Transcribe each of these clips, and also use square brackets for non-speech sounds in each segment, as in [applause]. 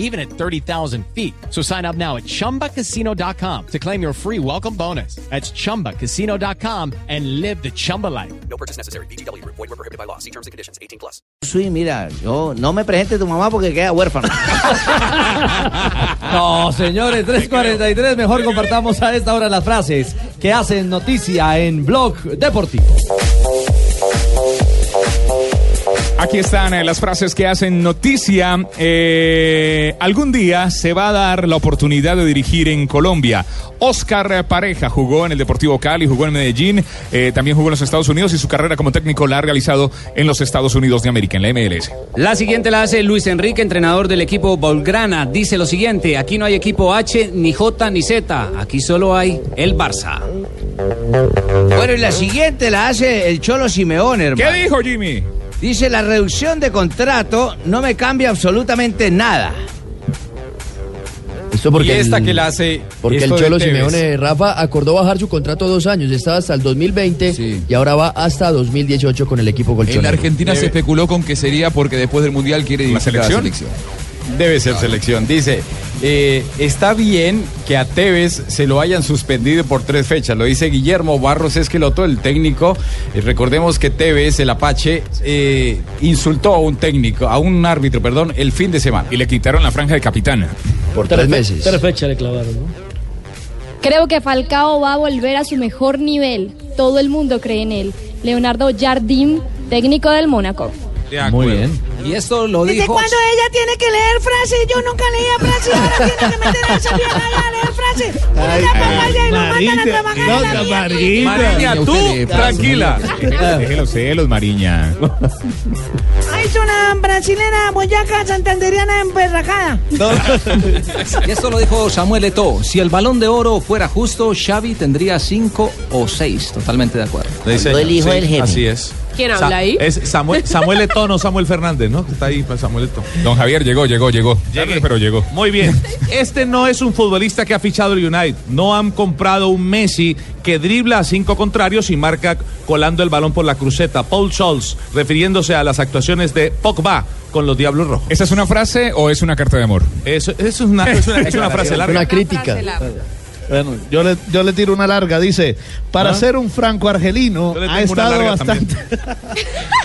even at 30,000 feet. So sign up now at ChumbaCasino.com to claim your free welcome bonus. That's ChumbaCasino.com and live the Chumba life. No purchase necessary. BGW. Void were prohibited by law. See terms and conditions. 18 plus. Sí, mira, yo no me presente tu mamá porque queda huérfana. No, [laughs] señores, 343, mejor compartamos a esta hora las frases que hacen noticia en Blog Deportivo. Aquí están eh, las frases que hacen noticia. Eh, algún día se va a dar la oportunidad de dirigir en Colombia. Oscar Pareja jugó en el Deportivo Cali, jugó en Medellín, eh, también jugó en los Estados Unidos y su carrera como técnico la ha realizado en los Estados Unidos de América, en la MLS. La siguiente la hace Luis Enrique, entrenador del equipo Volgrana. Dice lo siguiente, aquí no hay equipo H, ni J, ni Z. Aquí solo hay el Barça. Bueno, y la siguiente la hace el Cholo Simeón, ¿Qué hermano. dijo Jimmy? Dice, la reducción de contrato no me cambia absolutamente nada. Esto porque y esta el, que la hace. porque el esto de Cholo Tevez. Simeone Rafa acordó bajar su contrato dos años, estaba hasta el 2020 Sí. y ahora va hasta 2018 con el equipo En la colchonero. Argentina se especuló con que sería porque después del Mundial quiere dirigir a selección? Debe ser selección. Dice, eh, está bien que a Tevez se lo hayan suspendido por tres fechas. Lo dice Guillermo Barros Esqueloto, el técnico. Eh, recordemos que Tevez, el Apache, eh, insultó a un técnico, a un árbitro, perdón, el fin de semana. Y le quitaron la franja de capitán. por tres meses. Creo que Falcao va a volver a su mejor nivel. Todo el mundo cree en él. Leonardo Jardim, técnico del Mónaco. Muy bien. Y esto lo ¿Desde dijo... cuándo ella tiene que leer frases? Yo nunca leía frases, ahora tiene que meter a salir a leer frases. Uno Eh, ya para allá y lo mandan a trabajar en la mierda. Mariña, Mariña, tú, usted le pasa, tranquila. [laughs] [laughs] Déjelo celos, Mariña. Ay, es una brasilera, boyaca, santanderiana, emperrajada. Y esto lo dijo Samuel Eto'o. Si el balón de oro fuera justo, Xavi tendría cinco o seis. Totalmente de acuerdo. Habló el hijo del jefe. Así es. ¿Quién habla ahí? Es [laughs] Samuel, Samuel Eto'o, no Samuel Fernández, ¿no? Está ahí pues, Samuel Eto'o. Don Javier llegó, llegó, llegó. Llegué. Tarde, pero llegó. [laughs] Muy bien. Este no es un futbolista que ha fichado el United. No han comprado un Messi que dribla a cinco contrarios y marca colando el balón por la cruceta. Paul Scholes, refiriéndose a las actuaciones de Pogba con los Diablos Rojos. ¿Esa es una frase o es una carta de amor? Eso, eso es una, es una- es una frase larga. Una crítica. Bueno, yo le, yo le tiro una larga, dice, para ser un franco argelino Yo le ha tengo una estado larga bastante [laughs]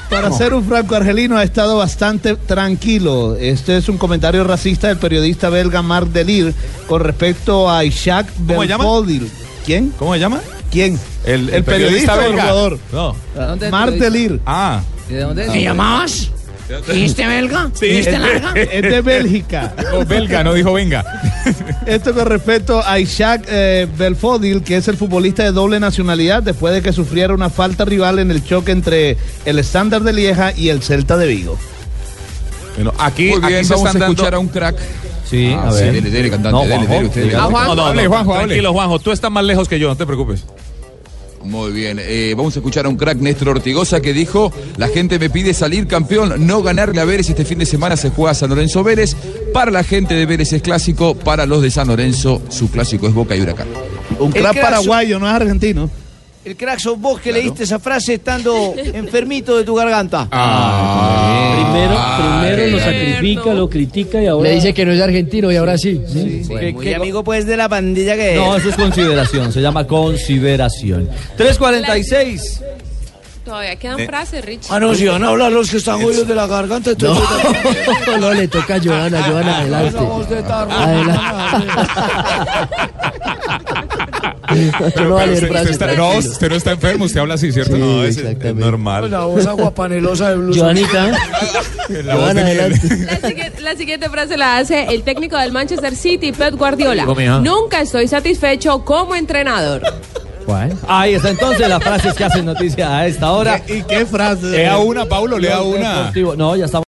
Para ser un franco argelino ha estado bastante tranquilo. Este es un comentario racista del periodista belga Marc Delir con respecto a Isaac ¿Cómo se llama? Belfodil. ¿Quién? ¿Cómo se llama? ¿Quién? El, el periodista del belga. jugador. No. ¿Dónde Marc te lo dice? Delir. [laughs] Ah. ¿Y ¿De dónde es? ¿Me llamabas? ¿Dijiste belga? ¿Dijiste larga? Es de Bélgica. O belga, no dijo venga. Esto con respecto a Isaac eh, Belfodil, que es el futbolista de doble nacionalidad, después de que sufriera una falta rival en el choque entre el Standard de Lieja y el Celta de Vigo. Bueno, aquí, aquí se están dando... un crack. Sí, a ver. cantante, No, dele, dele, usted, Ah, Juanjo. No, no, Hable, no, Juanjo, hable. tranquilo, Juanjo, tú estás más lejos que yo, no te preocupes. Muy bien, eh, vamos a escuchar a un crack Néstor Ortigosa que dijo, la gente me pide salir campeón, no ganarle a Vélez, este fin de semana se juega San Lorenzo Vélez, para la gente de Vélez es clásico, para los de San Lorenzo su clásico es Boca y Huracán. Un El crack crack paraguayo, no es argentino. El crack sos vos que leíste esa frase estando enfermito de tu garganta. Ah, Primero, primero lo sacrifica, lo critica y ahora... que no es argentino y ahora sí. Muy amigo pues de la pandilla que No, es. eso es consideración, se llama consideración. 346. Todavía quedan Eh. frases, Richie. Ah, no, si van a hablar los que están jodidos de la garganta, este No, entonces... no le toca a Joana, Joana, adelante. Adelante. Yo no voy a Pero leer usted, usted frases. está, no, tranquilo. usted no está enfermo, usted habla así, ¿cierto? Sí, no, es- exactamente. normal. La voz agua panelosa de blusa. la voz Joana, de miel. adelante. La siguiente, la siguiente frase la hace el técnico del Manchester City, Pep Guardiola. Digo, mija. Nunca estoy satisfecho como entrenador. Ahí está entonces las frases que hacen noticia a esta hora. ¿Y qué [laughs] frase? Lea una, Paulo, lea Blog una. Deportivo. No, ya estamos.